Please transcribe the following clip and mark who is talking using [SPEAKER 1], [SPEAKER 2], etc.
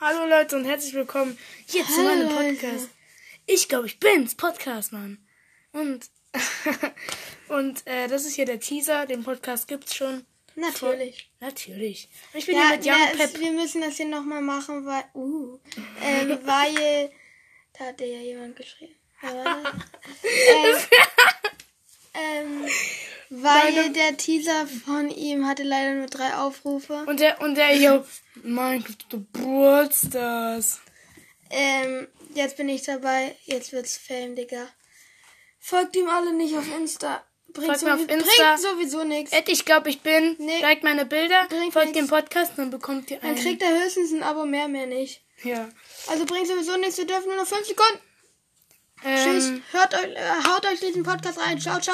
[SPEAKER 1] Hallo Leute und herzlich willkommen hier zu
[SPEAKER 2] Hallo,
[SPEAKER 1] meinem Podcast.
[SPEAKER 2] Leute.
[SPEAKER 1] Ich glaube, ich bin's, Podcastmann. Und und äh, das ist hier der Teaser, den Podcast gibt's schon.
[SPEAKER 2] Natürlich.
[SPEAKER 1] Natürlich. Und ich bin
[SPEAKER 2] Ja,
[SPEAKER 1] hier mit Jan
[SPEAKER 2] na, es,
[SPEAKER 1] Pep.
[SPEAKER 2] wir müssen das hier nochmal machen, weil. Uh, ähm, weil. Da hatte ja jemand geschrieben. Aber- ähm, ähm, weil der Teaser von ihm hatte leider nur drei Aufrufe.
[SPEAKER 1] Und der und der hier Minecraft Geburtstags.
[SPEAKER 2] Ähm, jetzt bin ich dabei. Jetzt wird's Fame, Digga. Folgt ihm alle nicht auf Insta. Bringt,
[SPEAKER 1] Folgt mir auf
[SPEAKER 2] sowieso-
[SPEAKER 1] Insta.
[SPEAKER 2] bringt sowieso nichts.
[SPEAKER 1] Ed, ich glaube, ich bin.
[SPEAKER 2] Nee.
[SPEAKER 1] Liked meine Bilder,
[SPEAKER 2] Bringt
[SPEAKER 1] folgt
[SPEAKER 2] nichts.
[SPEAKER 1] dem Podcast, dann bekommt ihr einen.
[SPEAKER 2] Dann kriegt er höchstens ein Abo mehr, mehr nicht.
[SPEAKER 1] ja.
[SPEAKER 2] Also bringt sowieso nichts. Wir dürfen nur noch 5 Sekunden.
[SPEAKER 1] Ähm,
[SPEAKER 2] Tschüss. Hört euch, äh, haut euch diesen Podcast rein. Ciao, ciao.